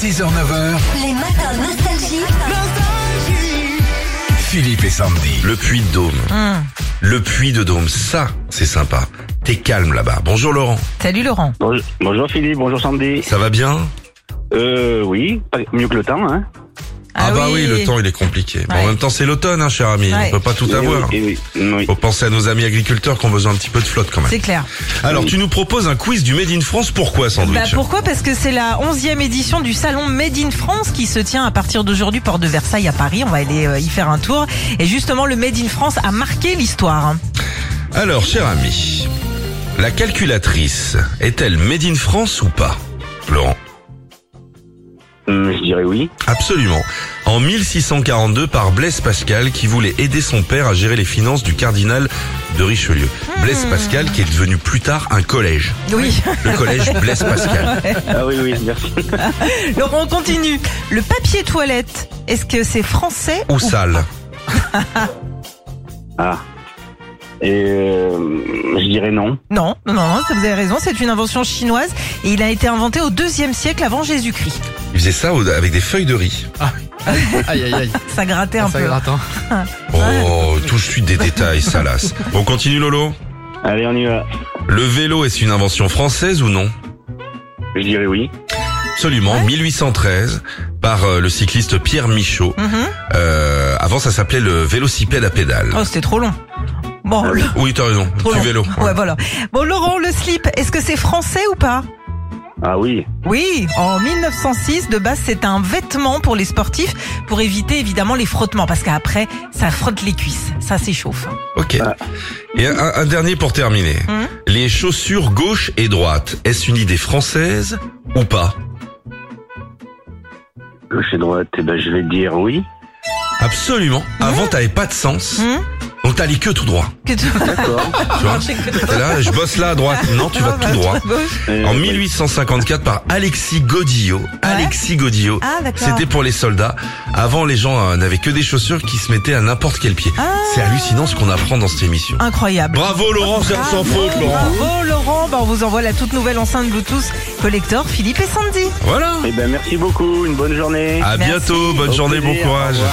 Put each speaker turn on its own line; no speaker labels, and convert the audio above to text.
6h, 9h,
Les matins nostalgie.
Philippe et Sandy.
Le puits de Dôme.
Hmm.
Le puits de Dôme, ça, c'est sympa. T'es calme là-bas. Bonjour Laurent,
Salut Laurent.
Bonjour, bonjour Philippe, bonjour Sandy.
ça va bien
Euh, oui, pas- mieux que le temps, hein.
bah oui. le temps il est compliqué. Mais
Ah Ouais.
en même temps, c'est l'automne, hein, cher ami.
Ouais.
On peut pas tout
Eh
avoir.
oui, eh oui, oui.
Faut penser à nos amis agriculteurs qui ont besoin un petit peu de flotte quand même.
C'est clair.
Alors, tu nous proposes un quiz du Made in France. Pourquoi, sandwich
Bah pourquoi Parce que c'est la 11e édition du salon Made in France qui se tient à partir d'aujourd'hui, porte de Versailles à Paris. On va aller euh, y faire un tour. Et justement, le Made in France a marqué l'histoire. hein.
Alors, cher ami, la calculatrice est-elle Made in France ou pas Laurent
Hum, je dirais oui.
Absolument. En 1642 par Blaise Pascal qui voulait aider son père à gérer les finances du cardinal de Richelieu.
Hmm.
Blaise Pascal qui est devenu plus tard un collège.
Oui.
Le collège Blaise Pascal.
Ah oui, oui, merci.
Laurent, on continue. Le papier toilette, est-ce que c'est français
Ou sale.
Ah. Et euh, je dirais non.
Non, non, non, ça vous avez raison, c'est une invention chinoise et il a été inventé au 2e siècle avant Jésus-Christ.
Il faisait ça au- avec des feuilles de riz.
Aïe aïe aïe,
Ça grattait
Ah,
un
ça
peu.
gratte. hein.
Oh, tout de suite des détails, salace. On continue Lolo
Allez, on y va.
Le vélo est une invention française ou non
Je dirais oui.
Absolument, 1813 par euh, le cycliste Pierre Michaud.
Mhm.
Euh, avant ça s'appelait le vélocipède à pédale.
Oh, c'était trop long. Bon, le-
Ah Oui, t'as raison,
trop
du
long.
vélo.
Ouais, voilà. Bon, Laurent, le slip, est-ce que c'est français ou pas
Ah oui.
Oui, en 1906, de base, c'est un vêtement pour les sportifs pour éviter évidemment les frottements parce qu'après, ça frotte les cuisses, ça s'échauffe.
Ok. Et un, un dernier pour terminer.
Mhm.
Les chaussures gauche et droite, est-ce une idée française ou pas
Gauche et droite, eh ben, je vais dire oui.
Absolument.
Hum.
Avant, t'avais pas de sens.
Mhm.
Donc t'allais que tout droit.
Que tu-
D'accord.
Tu vois
que tu-
T'es là, je bosse là à droite. Non, tu vas
Ah, bah,
tout droit.
gauche.
Euh,
En
oui.
1854 par Alexis Godillot. Alexis Godillot.
Ah, d'accord.
C'était pour les soldats. Avant, les gens euh, n'avaient que des chaussures qui se mettaient à n'importe quel pied.
Ah.
C'est hallucinant ce qu'on apprend dans cette émission.
Incroyable.
Bravo Laurent, c'est sans faute Laurent.
Bravo Laurent, Bah, on vous envoie la toute nouvelle enceinte Bluetooth collector Philippe et Sandy.
Voilà.
Eh ben, merci beaucoup. Une bonne journée.
À
Merci.
bientôt, bonne
Au
journée, bon
plaisir, au
courage.
revoir.